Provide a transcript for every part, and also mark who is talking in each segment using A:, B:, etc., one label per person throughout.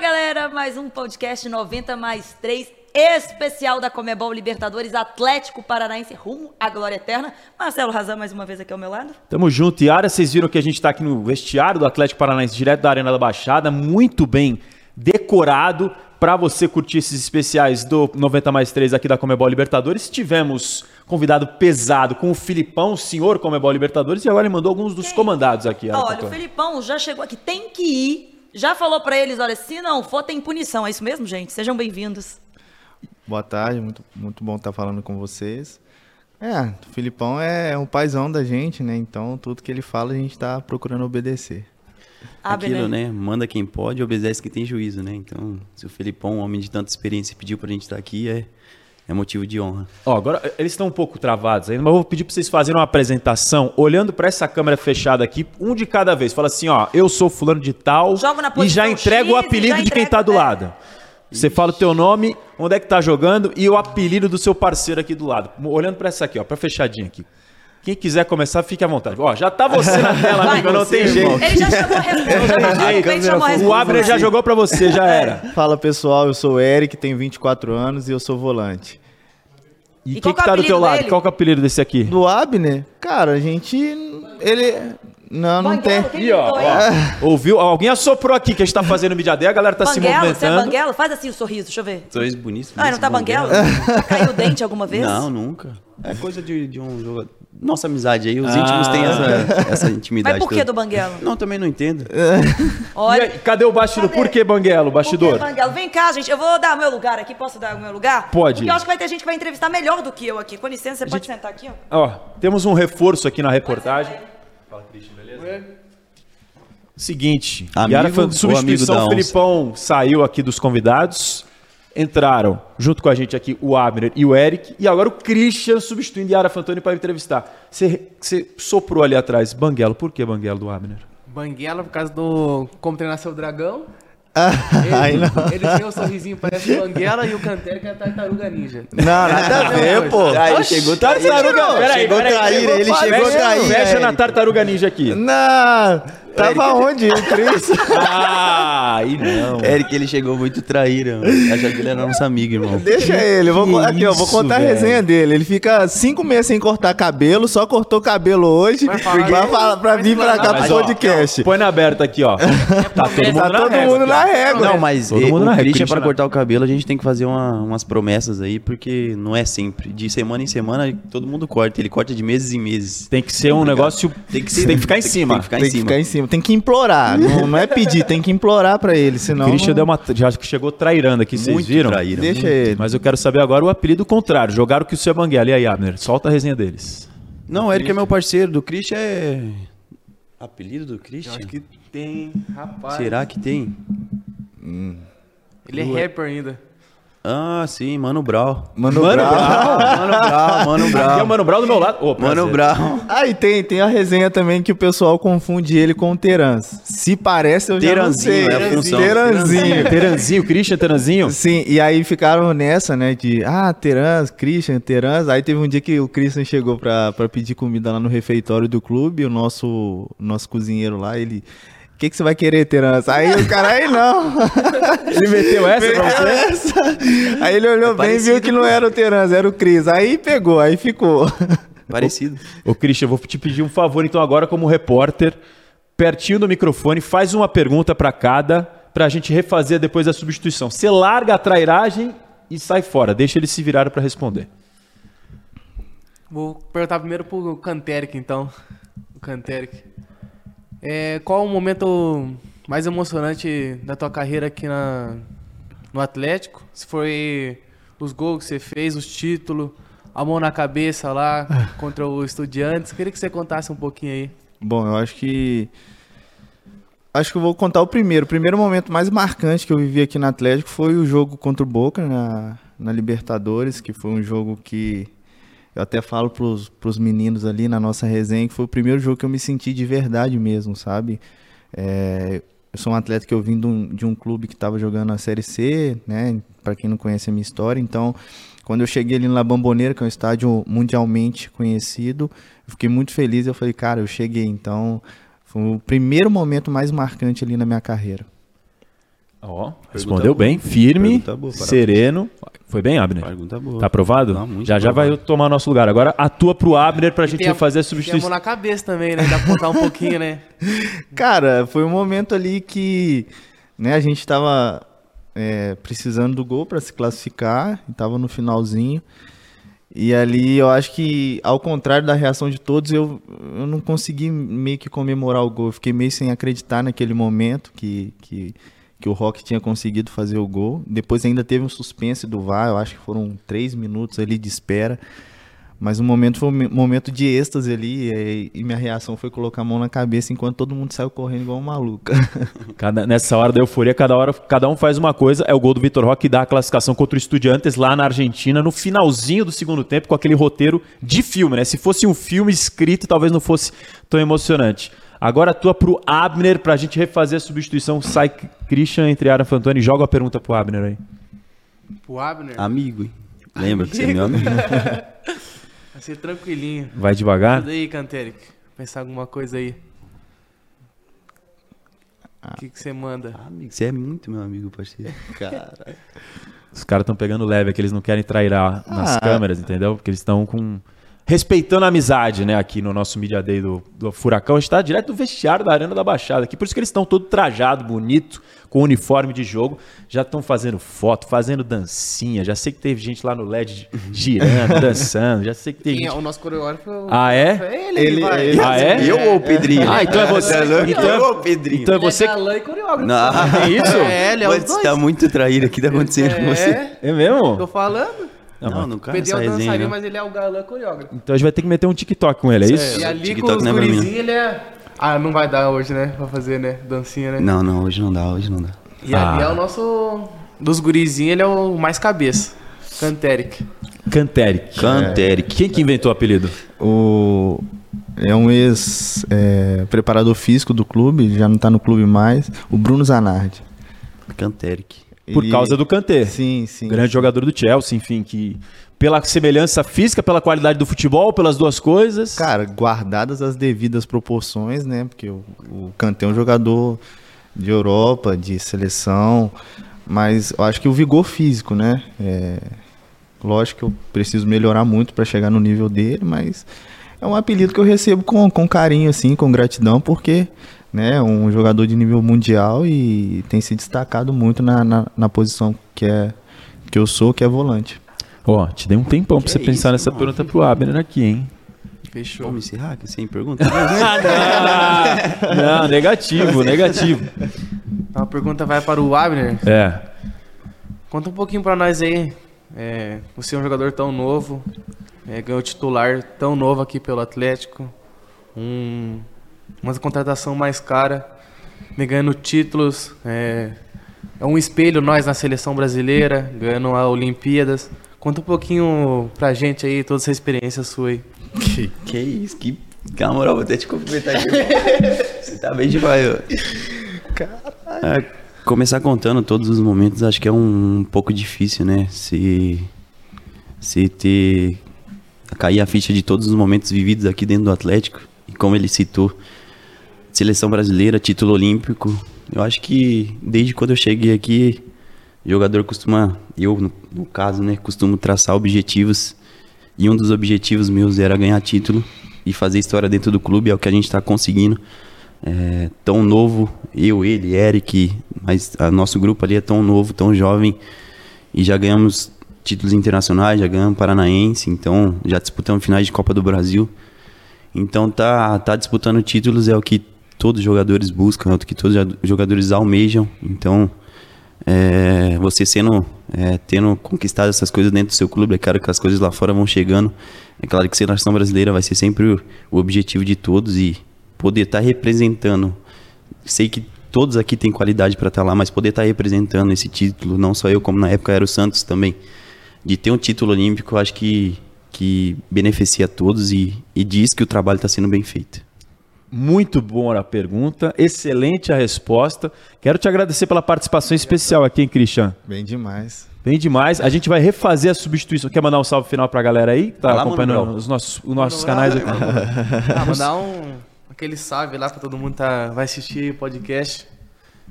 A: galera, mais um podcast 90 mais 3 especial da Comebol Libertadores Atlético Paranaense rumo à glória eterna. Marcelo Razan mais uma vez aqui ao meu lado.
B: Tamo junto, Yara. Vocês viram que a gente tá aqui no vestiário do Atlético Paranaense, direto da Arena da Baixada, muito bem decorado para você curtir esses especiais do 90 mais 3 aqui da Comebol Libertadores. Tivemos convidado pesado com o Filipão, senhor Comebol Libertadores, e agora ele mandou alguns dos comandados aqui. Yara
A: Olha, o
B: Cacau.
A: Felipão já chegou aqui, tem que ir. Já falou pra eles, olha, se não for tem punição. É isso mesmo, gente? Sejam bem-vindos.
C: Boa tarde, muito, muito bom estar falando com vocês. É, o Filipão é um paizão da gente, né? Então, tudo que ele fala a gente está procurando obedecer.
A: Abre,
D: Aquilo, né? Manda quem pode, obedece quem tem juízo, né? Então, se o Felipão, um homem de tanta experiência, pediu pra gente estar aqui, é, é motivo de honra.
B: Ó, agora eh, eles estão um pouco travados ainda, mas eu vou pedir para vocês fazerem uma apresentação olhando para essa câmera fechada aqui, um de cada vez. Fala assim, ó, eu sou fulano de tal
A: Jogo na
B: e
A: posição
B: já entrega
A: X,
B: o
A: e
B: apelido
A: já
B: de quem
A: entrega-
B: tá do
A: é.
B: lado. Você fala o teu nome, onde é que tá jogando e o apelido do seu parceiro aqui do lado. Olhando para essa aqui, ó, para fechadinha aqui. Quem quiser começar, fique à vontade. Ó, já tá você na tela,
A: Vai.
B: amigo, não
D: é
B: tem jeito.
A: Ele já chamou a resposta. já mandou, de repente, chamou a
B: O
A: resposta.
B: Abner já jogou para você, já
A: É.
B: era.
C: Fala pessoal, eu sou o Eric, tenho 24 anos e eu sou volante.
B: E,
A: E
B: quem
A: qual que é
B: que
A: o
B: tá do teu
A: apelido
B: lado?
A: dele?
B: Qual que é o apelido desse aqui?
C: Do Abner, cara, a gente. Ele. Não, não tem.
A: Banguela, quem
B: Ih, ó,
A: gritou, hein?
B: ó, ouviu? Alguém assoprou aqui que a gente tá fazendo mídia day, a galera tá se
A: Banguela, você é
B: movimentando.
A: banguela? Faz assim o sorriso, deixa eu ver.
D: Dois bonitos.
A: Ah, não tá banguela? Caiu o dente alguma vez?
D: né? Não, nunca. É coisa de, de um jogador. Ah. Nossa amizade aí, os íntimos têm essa, essa intimidade.
A: Mas por que
D: toda.
A: do Banguela?
D: Não, também não entendo.
B: E
A: Olha.
B: aí, cadê o bastidor? Por que Banguelo, bastidor?
A: Por que, Banguela? Vem cá, gente. Eu vou dar o meu lugar aqui. Posso dar o meu lugar?
B: Pode.
A: Porque eu acho que vai ter gente que vai entrevistar melhor do que eu aqui. Com licença, você pode sentar aqui, ó.
B: Ó, temos um reforço aqui na reportagem. Seguinte,
D: Amigo
B: Yara foi
D: ou
B: substituição,
D: amigo
B: o
D: da onça?
B: Filipão saiu aqui dos convidados. Entraram junto com a gente aqui o Abner e o Eric. E agora o Christian substituindo Yara Fantoni para entrevistar. Você você soprou ali atrás, Banguelo. Por que Banguelo do Abner?
E: Banguela por causa do Como Treinar Seu Dragão.
C: Ai,
E: Ele,
C: não.
E: ele tem um sorrisinho, parece o Banguela e o Cantelho que é a Tartaruga Ninja.
C: Não, nada a ver, pô.
D: Aí chegou
B: Tartaruga, tá peraí,
C: Chegou
B: peraí,
C: traíra,
B: chegou-
C: ele chegou
B: Fecha-
C: traíra,
B: Fecha na
C: Eric.
B: tartaruga ninja aqui.
C: Não, tava onde, o Cris?
B: Ah, aí não.
D: Eric, ele chegou muito traíra. mano. Achava que ele era nosso amigo, irmão.
C: Deixa ele, eu vou,
B: Que
C: co- aqui, ó, vou
B: isso,
C: contar
B: velho.
C: a resenha dele. Ele fica cinco meses sem cortar cabelo, só cortou cabelo hoje. Vai
E: Vai falar-
C: falar pra
E: vai
C: vir pra cá
E: falar-
C: pro
B: Tá Mas, ó,
C: tá podcast.
B: Põe na aberta aqui, ó. Tá todo mundo
C: Tá
B: na
C: todo
B: régua
C: mundo
B: aqui,
C: na
B: ó.
C: régua.
D: Não, mas
B: Todo
D: e-
B: mundo na rede,
D: o Christian,
B: Christian
D: pra
B: na-
D: cortar o cabelo, a gente tem que fazer uma- umas promessas aí, porque não é sempre. De semana em semana, todo mundo corta. Ele corta de meses em meses.
B: Tem que ser um negócio. Tem que, tem que ficar em cima.
D: Tem que ficar
C: tem
D: em
C: que
D: cima.
C: ficar em cima. Tem que implorar. não, não é pedir, tem que implorar pra ele, senão.
B: Christian
C: não-
B: deu uma. Já acho que chegou trairando aqui, vocês
D: Muito
B: viram? Hum,
D: traíra.
C: Deixa ele.
B: Mas eu quero saber agora o apelido contrário. Jogaram que o seu é Banguela. E aí, Abner? Solta a resenha deles.
D: Não, o Eric é meu parceiro. Do Christian é. Apelido do Christian?
E: Acho que tem, rapaz.
D: Será que tem?
E: Ele é rapper ainda.
D: Ah, sim, Mano Brau.
C: Mano, Brown.
D: Mano Brau,
B: Aqui é
D: Mano
B: o
D: Brau.
B: Mano Brau do meu lado. Ô, prazer.
D: Mano Brau.
C: Ah, e tem, tem a resenha também que o pessoal confunde ele com o Terans. Se parece, eu já não sei.
D: Teranzinho é a função.
C: Teranzinho.
B: Teranzinho, Christian Teranzinho.
C: Sim, e aí ficaram nessa, né? De ah, Terans, Christian, Terans. Aí teve um dia que o Christian chegou pra, pra pedir comida lá no refeitório do clube, e o nosso, nosso cozinheiro lá, ele. O que, que você vai querer, Terans? Aí o cara, aí não.
B: Ele meteu essa pra você?
C: Essa. Aí ele olhou bem e
D: parecido,
C: viu que não era o Terans, era o Cris. Aí pegou, aí ficou.
B: Tá
D: Parecido.
B: Ô, Christian, eu vou te pedir um favor, então, agora, como repórter, pertinho do microfone, faz uma pergunta pra cada, pra gente refazer depois da substituição. Você larga a trairagem e sai fora, deixa eles se virarem pra responder.
E: Vou perguntar primeiro pro Canteric, então. O Canteric. É, qual o momento mais emocionante da tua carreira aqui na, no Atlético? Se foi os gols que você fez, os títulos, a mão na cabeça lá contra o Estudiantes. Queria que você contasse um pouquinho aí.
C: Bom, eu acho que. Acho que eu vou contar o primeiro. O primeiro momento mais marcante que eu vivi aqui no Atlético foi o jogo contra o Boca na, na Libertadores, que foi um jogo que eu até falo pros, pros meninos ali na nossa resenha, que foi o primeiro jogo que eu me senti de verdade mesmo, sabe? É, eu sou um atleta que eu vim de um, de um clube que estava jogando a Série C, né? Para quem não conhece a minha história, então quando eu cheguei ali na Bamboneira, que é um estádio mundialmente conhecido, eu fiquei muito feliz. Eu falei, cara, eu cheguei. Então foi o primeiro momento mais marcante ali na minha carreira.
B: Ó, respondeu bem, firme,
D: Pergunta boa, parabéns.
B: sereno. Foi bem, Abner?
D: Pergunta boa.
B: Tá aprovado?
D: Tá muito
B: já já vai
D: aprovado.
B: tomar nosso lugar. Agora atua pro Abner pra gente
E: Tem a-
B: fazer a
E: Tem a mão
B: substituição.
E: na cabeça também, né? Dá pra contar um pouquinho, né?
C: Cara, foi um momento ali que né, a gente tava é, precisando do gol para se classificar, e tava no finalzinho. E ali eu acho que, ao contrário da reação de todos, eu, eu não consegui meio que comemorar o gol. Eu fiquei meio sem acreditar naquele momento que, que, que o Rock tinha conseguido fazer o gol. Depois ainda teve um suspense do VAR, eu acho que foram três minutos ali de espera. Mas o momento foi um me- momento de êxtase ali, e, e minha reação foi colocar a mão na cabeça enquanto todo mundo saiu correndo igual um maluco.
B: Cada- nessa hora da euforia, cada hora cada um faz uma coisa. É o gol do Vitor Roque que dá a classificação contra o Estudiantes lá na Argentina, no finalzinho do segundo tempo, com aquele roteiro de filme, né? Se fosse um filme escrito, talvez não fosse tão emocionante. Agora atua pro Abner pra gente refazer a substituição. Sai Christian entre Aaron Fantoni. Joga a pergunta pro Abner aí.
E: Pro Abner.
D: Amigo, hein? Lembra que você é meu amigo?
E: Vai ser tranquilinho.
B: Vai devagar.
E: Ajuda aí, Canteric. Pensar alguma coisa aí. O que que você manda?
D: Amigo, você é muito meu amigo, parceiro. Cara.
B: Os caras estão pegando leve, é que eles não querem trairar nas
C: Ah.
B: câmeras, entendeu? Porque eles estão com. Respeitando a amizade, né? Aqui no nosso Media Day do, do Furacão. A gente tá direto do vestiário da Arena da Baixada aqui. Por isso que eles estão todo trajado, bonito, com uniforme de jogo. Já estão fazendo foto, fazendo dancinha. Já sei que teve gente lá no LED girando, dançando. Já sei que teve
E: Quem é?
B: gente.
E: O nosso coreógrafo é o-
B: Ah, é?
E: é ele,
C: Ele-
E: vai.
C: ele-
B: Ah, é?
D: Eu ou o Pedrinho? Tá
B: Ah, então é você.
D: eu
B: Então,
D: ou o Pedrinho?
B: então é
E: Ele
B: você.
E: é galã e coreógrafo.
B: É
D: Não.
B: isso?
E: É, ele é os
D: Mas
E: dois.
D: você tá muito traído. O que tá acontecendo com você?
E: É,
B: É
E: tô
B: mesmo?
E: falando.
D: Não, não, não cai
E: Pedro é
D: nessa
E: o
D: resenha.
E: dançarino,
D: não.
E: mas ele é o galã coreógrafo.
B: Então a gente vai ter que meter um TikTok com ele, é isso?
E: E ali com
D: TikTok
E: os
D: não é pra mim, né?
E: gurizinhos ele é... Ah, não vai dar hoje, né? Pra fazer, né? Dancinha, né?
D: Não, não, hoje não dá, hoje não dá.
E: E ali é o nosso... Dos gurizinhos ele é o mais cabeça. Canteric.
B: Canteric.
D: Canteric.
B: Quem que inventou o apelido?
C: O, é um ex-preparador físico do clube, já não tá no clube mais, o Bruno Zanardi.
D: Canteric.
B: Por
C: Ele-
B: causa do Kanté.
C: Sim, sim.
B: grande jogador do Chelsea, enfim, que pela semelhança física, pela qualidade do futebol, pelas duas coisas.
C: Cara, guardadas as devidas proporções, né? Porque o, o Kanté é um jogador de Europa, de seleção, mas eu acho que o vigor físico, né? É, lógico que eu preciso melhorar muito para chegar no nível dele, mas é um apelido que eu recebo com, com carinho, assim, com gratidão, porque né, é um jogador de nível mundial e tem se destacado muito na, na, na posição que, é, que eu sou, que é volante.
B: Ó, te dei um tempão pra
D: Que
B: você
D: é
B: pensar
D: isso,
B: nessa
D: mano?
B: pergunta pro Abner aqui, hein?
E: Fechou.
D: Como esse hack sem pergunta?
B: Ah, não! não, negativo, negativo.
E: A pergunta vai para o Abner.
B: É.
E: Conta um pouquinho pra nós aí. É, você é um jogador tão novo, é, ganhou titular tão novo aqui pelo Atlético, um- uma contratação mais cara, né, ganhando títulos, é, é um espelho nós na seleção brasileira, ganhando a Olimpíadas. Conta um pouquinho pra gente aí toda essa experiência sua aí.
D: que isso, que. Na moral, vou até te cumprimentar aqui. Você tá bem demais, ó. É, começar contando todos os momentos acho que é um pouco difícil, né? Se. Se ter. cair a ficha de todos os momentos vividos aqui dentro do Atlético. E como ele citou, seleção brasileira, título olímpico. Eu acho que desde quando eu cheguei aqui, jogador costuma, eu no, no caso, né, costumo traçar objetivos. E um dos objetivos meus era ganhar título e fazer história dentro do clube, é o que a gente está conseguindo. É, tão novo, eu, ele, Eric, mas a nosso grupo ali é tão novo, tão jovem e já ganhamos títulos internacionais, já ganhamos Paranaense, então já disputamos finais de Copa do Brasil. Então tá, tá disputando títulos é o que todos os jogadores buscam, é o que todos os jogadores almejam. Então é, você sendo é, tendo conquistado essas coisas dentro do seu clube, é claro que as coisas lá fora vão chegando. É claro que ser nação brasileira vai ser sempre o, o objetivo de todos e poder estar representando. Sei que todos aqui têm qualidade para estar lá, mas poder estar representando esse título, não só eu, como na época era o Santos também de ter um título olímpico, eu acho que, que beneficia a todos e, e diz que o trabalho está sendo bem feito.
B: Muito boa a pergunta, excelente a resposta. Quero te agradecer pela participação especial aqui, hein, Christian?
C: Bem demais.
B: Bem demais. A gente vai refazer a substituição. Quer mandar um salve final pra galera aí? que Tá
D: Vai lá, Mano
B: acompanhando
D: Brown.
B: os nossos, os nossos canais aqui.
E: Ah, mandar um, aquele salve lá pra todo mundo que tá, vai assistir o podcast.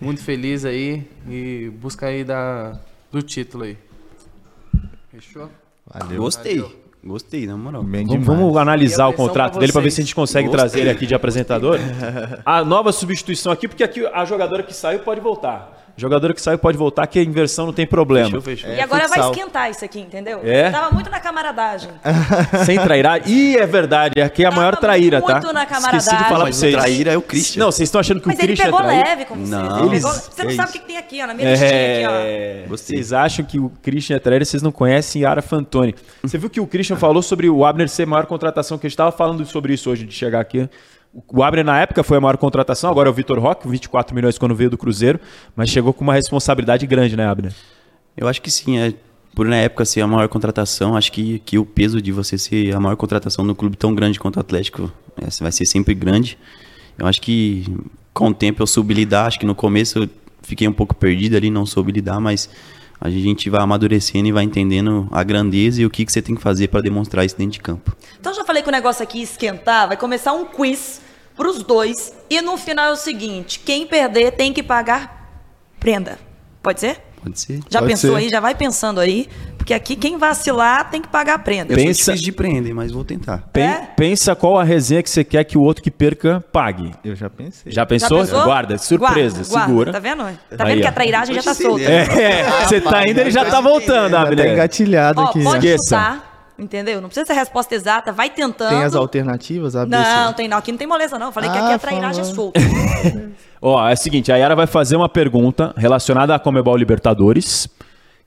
E: Muito feliz aí e busca aí da, do título aí. Fechou?
C: Valeu.
D: Gostei.
E: Valeu.
D: Gostei, na moral.
C: Bem
B: Vamos,
C: demais.
B: vamos analisar
E: E a
B: o
E: versão
B: contrato
E: pra
B: dele pra ver
E: vocês?
B: se a gente consegue
D: Gostei.
B: trazer ele aqui de apresentador. A nova substituição aqui, porque aqui a jogadora que saiu pode voltar. A jogadora que saiu pode voltar, que a inversão não tem problema.
D: Fechou, fechou.
A: e agora vai
C: futsal.
A: esquentar isso aqui, entendeu?
B: É?
A: Tava muito na camaradagem.
B: Sem trairagem. Ih, é verdade, aqui é a
A: Tava
B: maior traíra, tá?
A: muito na
B: Esqueci de
A: camaradagem.
B: falar pra
D: Mas o
B: vocês.
D: traíra é o Christian.
B: Não, vocês estão achando que
A: Mas
B: o
A: ele
B: Christian
A: pegou
B: é traíra?
A: leve com você.
D: Não.
A: ele pegou-
B: Eles-
A: Você não
C: é
A: sabe o
C: isso.
A: que que tem aqui, ó, na minha listinha aqui,
B: É,
D: Gostei.
B: vocês acham que o Christian é traíra, vocês não conhem Yara Fantoni. Você viu que o Christian falou sobre o Abner ser a maior contratação, que a gente estava falando sobre isso hoje de chegar aqui. O Abner, na época, foi a maior contratação, agora é o Vitor Roque, 24 milhões quando veio do Cruzeiro, mas chegou com uma responsabilidade grande, né, Abner?
D: Eu acho que sim, é por na época ser a maior contratação, acho que, que o peso de você ser a maior contratação no clube tão grande quanto o Atlético é, vai ser sempre grande. Eu acho que com o tempo eu soube lidar, acho que no começo eu fiquei um pouco perdido ali, não soube lidar, mas a gente vai amadurecendo e vai entendendo a grandeza e o que, que você tem que fazer para demonstrar isso dentro de campo.
A: ó. Então já falei que o negócio aqui ia esquentar, vai começar um quiz pros dois. E no final é o seguinte: quem perder tem que pagar prenda. Pode ser?
D: Pode ser?
A: Já
C: Pode
A: pensou
C: ser.
A: aí? Já vai pensando aí. Porque aqui quem vacilar tem que pagar a prenda.
D: Eu sou
B: Pensa-
D: difícil de prender, mas vou tentar.
B: Pen-
A: É?
B: Pensa qual a resenha que você quer que o outro que perca pague.
C: Eu já pensei.
B: Já pensou? Guarda,
A: Guarda,
B: surpresa,
A: guarda.
B: segura.
A: Tá vendo? Tá
B: Aí,
A: vendo que
B: ó.
A: a trairagem já tá
D: Hoje sim,
A: solta.
D: né?
B: É, você tá indo, ele já tá voltando,
C: Tá até
B: Abner.
C: engatilhado
A: Ó,
C: aqui.
A: pode
B: Esqueça.
A: chutar, entendeu? Não precisa ser a resposta exata, vai tentando.
C: Tem as alternativas, A, B, C?
A: Não, tem não. Aqui não tem moleza, não. Eu Falei que aqui
C: Ah,
A: a trairagem é
C: falando.
A: solta.
B: Ó, é o seguinte, a Yara vai fazer uma pergunta relacionada à Comebol Libertadores.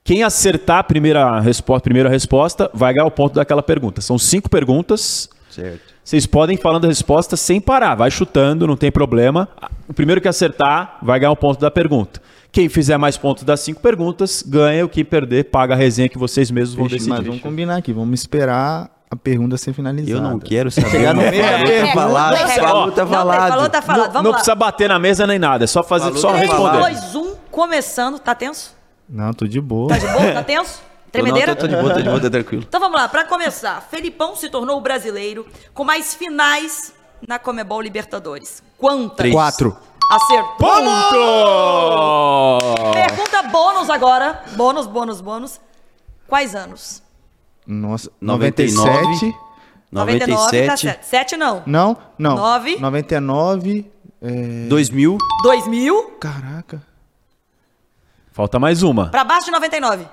B: Quem acertar a primeira resposta, primeira resposta vai ganhar o ponto daquela pergunta. São cinco perguntas.
D: Certo.
B: Vocês podem ir falando a resposta sem parar, vai chutando, não tem problema. O primeiro que acertar vai ganhar um ponto da pergunta. Quem fizer mais pontos das cinco perguntas ganha, o que perder paga a resenha que vocês mesmos vão
C: Vixe, mas
B: decidir.
C: vamos combinar aqui. Vamos esperar a pergunta ser finalizada.
D: Eu não quero saber.
C: Chegar no
D: mano.
C: meio da
D: Falou, tá
C: pergunta.
D: falado,
A: é, Não,
D: falou, tá
A: não, Falou,
D: falado.
A: tá falado.
B: Não-
A: Vamos
B: não
A: lá.
B: precisa bater na mesa nem nada, é só fazer,
D: Falou,
B: só
D: tá
A: Três,
D: falado.
B: responder.
A: dois, um, começando. Tá tenso?
C: Não, tô de boa.
A: Tá de boa? Tá tenso?
D: Tô- não,
A: Tremedeira?
D: tô- tô de boa, tô de boa, tá tranquilo.
A: Então vamos lá, pra começar. Felipão se tornou o brasileiro com mais finais na Comebol Libertadores. Quantas?
D: Três.
C: Quatro.
A: Acertou.
B: Ponto!
A: Pergunta bônus agora. Bônus, bônus, bônus. Quais anos?
C: Nossa,
D: 99.
C: 97.
A: 99 tá
D: 97,
A: certo. 7 não.
C: Não, não.
A: Nove.
C: 99. É...
D: 2000.
A: 2000
C: Caraca.
B: Falta mais uma.
A: pra baixo de 99.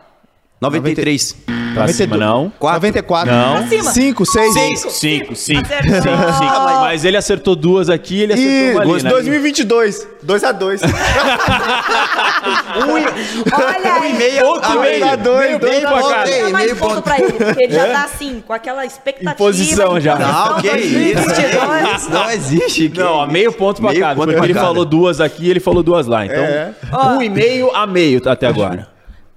D: 93.
B: Pra cima,
C: 92.
B: não.
C: 94.
B: Não.
A: Pra cima.
C: 5, 6.
A: Seis.
B: Cinco, cinco.
A: Acertou.
B: Cinco, cinco. Mas ele acertou duas aqui, ele acertou
C: E
B: uma ali, né?
C: 2022. 2x2.
A: Olha aí.
B: Ponto e Ah, meio.
C: Dois a dois,
B: Meio
C: dois
B: ponto
C: a
B: pra
C: dois.
B: cada.
A: Dá mais ponto, pra ele, porque ele já tá assim, com aquela expectativa. Então,
B: Imposição já.
A: Tá,
D: Não, que Ah, isso, que
A: 2022.
D: isso, não existe. que
B: Não, ó, meio ponto pra
D: Meio
B: cada.
D: ponto
B: Porque
D: pra
B: ele
D: cada.
B: falou duas aqui, ele falou duas lá. Então,
C: É.
B: um e meio a meio até agora.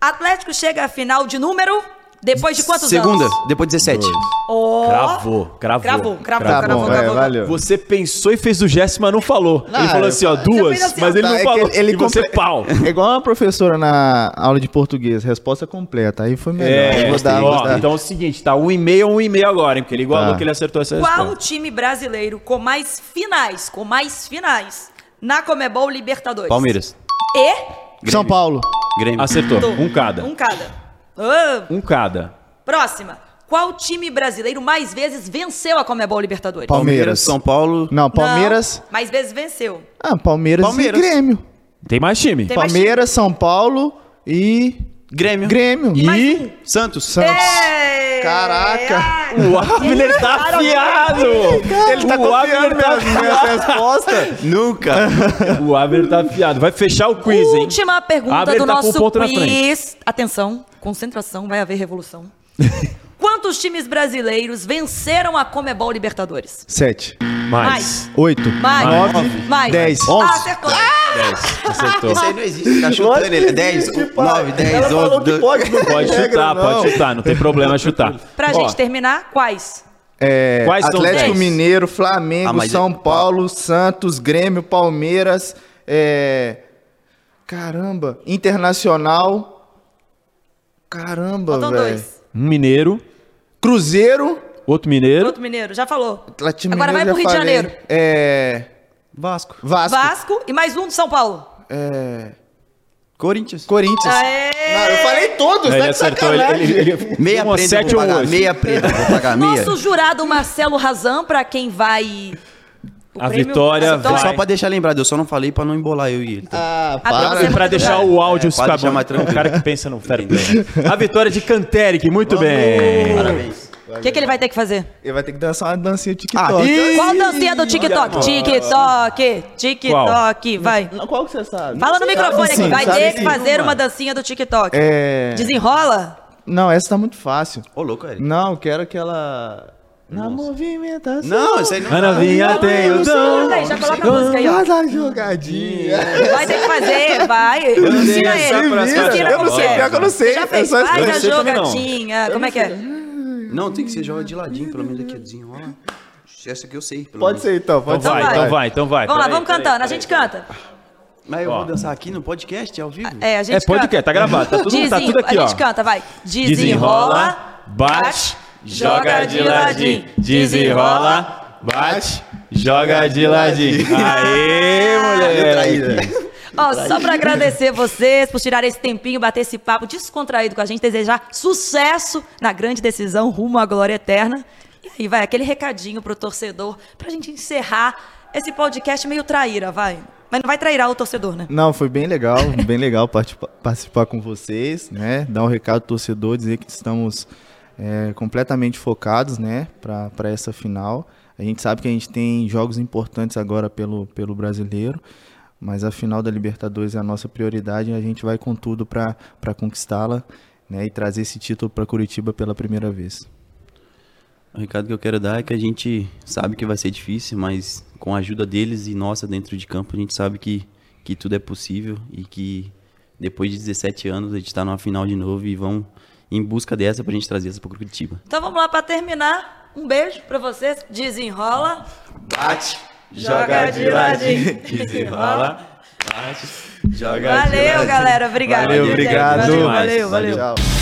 A: Atlético chega à final de número depois de quantos
D: Segunda,
A: anos?
D: depois 17.
A: Ó,
B: Cravou, cravou.
A: Cravou, cravou,
C: Tá
A: cravou, cravou,
C: bom, é,
A: cravou.
C: valeu.
B: Você pensou e fez o gesto, mas não falou. ele
C: Não, é,
B: falou
C: eu
B: assim, ó,
A: fez
B: duas,
A: assim, ó,
B: mas ele
C: Tá,
B: não
C: é que
B: falou.
C: ele
B: e você,
C: comple-
B: pau.
C: É igual uma professora na aula de português, resposta completa. Aí foi melhor.
B: É,
C: vou dar,
B: ó,
C: vou dar.
B: então é o seguinte, tá um e meio, um e meio agora, hein? Porque ele igualou
C: Tá.
B: que ele acertou essa
A: Qual
B: resposta.
A: o time brasileiro com mais finais, com mais finais na Comebol Libertadores?
D: Palmeiras.
A: E?
B: então,
C: São Paulo.
D: Grêmio.
B: Acertou, um cada.
A: Um cada. Ah,
B: Um cada.
A: próxima. Qual time brasileiro mais vezes venceu a Comebol Libertadores?
C: É Palmeiras.
D: São Paulo.
C: Não,
A: Não,
C: Palmeiras.
A: mais vezes venceu.
C: Ah, Palmeiras,
D: Palmeiras.
C: e Grêmio.
B: Tem mais time.
A: Tem mais
C: Palmeiras, São Paulo e
D: Grêmio.
C: Grêmio.
B: E
A: mais um.
D: Santos.
C: Santos.
A: É!
C: Caraca.
B: o Abner tá afiado!
D: É.
B: Ele tá o Abner
D: né?
B: tá afiado.
C: resposta.
D: Nunca.
B: O Abner tá afiado. Vai fechar o quiz, hein?
A: Última pergunta do
B: Abre, tá com o
A: nosso
B: ponto na
A: quiz. Atenção, concentração, vai haver revolução. Quantos times brasileiros venceram a Comebol Libertadores?
C: Sete.
B: Mais.
C: Oito.
A: Mais.
C: Nove.
A: Mais.
C: Dez.
A: Ah,
C: Onze.
A: acertou.
B: Dez. Acertou.
D: Isso aí não existe. Tá chutando ele. É 10, 9, 10, 11, 12.
B: Pode chutar, pode chutar. Não tem problema chutar.
A: Pra
B: Ó,
A: gente terminar, quais?
C: É,
B: Quais são
C: Atlético
B: dez?
C: Mineiro,
D: Ah,
C: Flamengo,
D: mas-
C: São Paulo, Santos, Grêmio, Palmeiras. é, Caramba. Internacional. Caramba,
A: Faltam
C: velho.
A: dois.
B: Um mineiro,
C: Cruzeiro.
B: outro mineiro.
A: Outro mineiro, já falou.
C: Atlético
A: Agora
C: Mineiro,
A: vai pro
C: já
A: Rio de
C: falei.
A: Janeiro.
C: É.
D: Vasco.
C: Vasco.
A: Vasco e mais um de São Paulo.
C: é,
D: Corinthians.
C: Corinthians.
A: Aê!
C: Não, eu falei todos,
B: Ele
C: tá de
B: acertou, ele,
C: sacanagem.
B: ele, ele
D: Meia
B: uma
D: preta, eu
B: Um, sete
D: vou
B: ou
D: pagar.
B: oito.
D: Meia preta, eu vou pagar. Meia.
A: Nosso jurado Marcelo Razan, pra quem vai. Então, o
B: A vitória vai.
D: Só pra deixar lembrado, eu só não falei pra não embolar eu e ele. tá?
C: Ah,
A: Ah,
C: para.
A: pra você-
B: Pra deixar o áudio
D: É, pode
B: ficar bom.
D: chamar tranquilo.
B: O cara que pensa no fair play. A vitória de Canteric, muito bem.
D: Parabéns.
A: O que, que ele vai ter que fazer?
C: Ele vai ter que dançar uma dancinha
D: Ah,
C: TikTok.
D: ih!
A: Qual dancinha do TikTok? TikTok, TikTok, vai.
C: Não, Qual que você sabe?
A: Fala no microfone aqui,
C: Sim,
A: vai
C: sabe
A: ter que
C: sim.
A: fazer uma dancinha do TikTok.
C: É...
A: Desenrola?
C: Não, essa tá muito fácil.
D: Ô, louco, Eric.
C: Não, eu quero aquela... Na movimentação...
D: Não, isso aí não.
B: A novinha tem o dom.
A: Aí, já coloca a música aí, ó.
C: Faz a jogadinha.
A: Vai ter que fazer, vai. Ensina
B: sei,
A: ele.
B: essa próxima
A: Ensina
B: já
A: como
B: vai.
A: que é.
B: Pior que eu
C: não sei,
A: Já
C: eu
A: fez.
C: só
A: Faz a
B: escutei. Eu não sei também não.
A: jogatinha. Como é que é?
D: Não, tem que ser joga de ladinho, pelo menos aqui é desenrola. Essa aqui eu sei. pelo
C: Pode ser
D: menos.
C: então, pode
B: Então
C: ser.
B: vai,
A: vai.
B: então vai, então vai.
A: Vamos lá,
B: Peraí,
A: vamos
B: peraí.
A: cantando. A gente canta.
D: Mas eu
B: Ó.
D: vou dançar aqui no podcast, ao vivo.
A: É, a gente
B: É, pode
A: canta.
B: que é, tá gravado, tá tudo- tá
A: Desen-
B: tudo aqui,
A: A
B: ó.
A: gente canta, vai.
B: Desenrola, bate, joga de ladinho. Desenrola, bate, joga de ladinho. Aê, mulher.
A: Ó, só pra agradecer vocês por tirarem esse tempinho, bater esse papo descontraído com a gente, desejar sucesso na grande decisão rumo à glória eterna. E aí, vai, aquele recadinho pro torcedor, pra gente encerrar esse podcast meio traíra, vai. Mas não vai trairar o torcedor, né?
C: Não, foi bem legal, bem legal participa- participar com vocês, né? Dar um recado ao torcedor, dizer que estamos é, completamente focados, né, para essa final. A gente sabe que a gente tem jogos importantes agora pelo, pelo brasileiro, mas a final da Libertadores é a nossa prioridade e a gente vai com tudo para conquistá-la, né, e trazer esse título para Curitiba pela primeira vez.
D: O recado que eu quero dar é que a gente sabe que vai ser difícil, mas com a ajuda deles e nossa dentro de campo, a gente sabe que, que tudo é possível e que depois de 17 anos a gente tá numa final de novo e vão em busca dessa pra gente trazer essa pro Curitiba.
A: Então vamos lá pra terminar. Um beijo pra vocês. Desenrola.
D: Bate,
A: Joga de ladinho. Desenrola.
D: joga
A: Valeu, galera. Obrigado.
C: Valeu,
A: gente.
C: obrigado.
A: Valeu, valeu, valeu.
C: Tchau.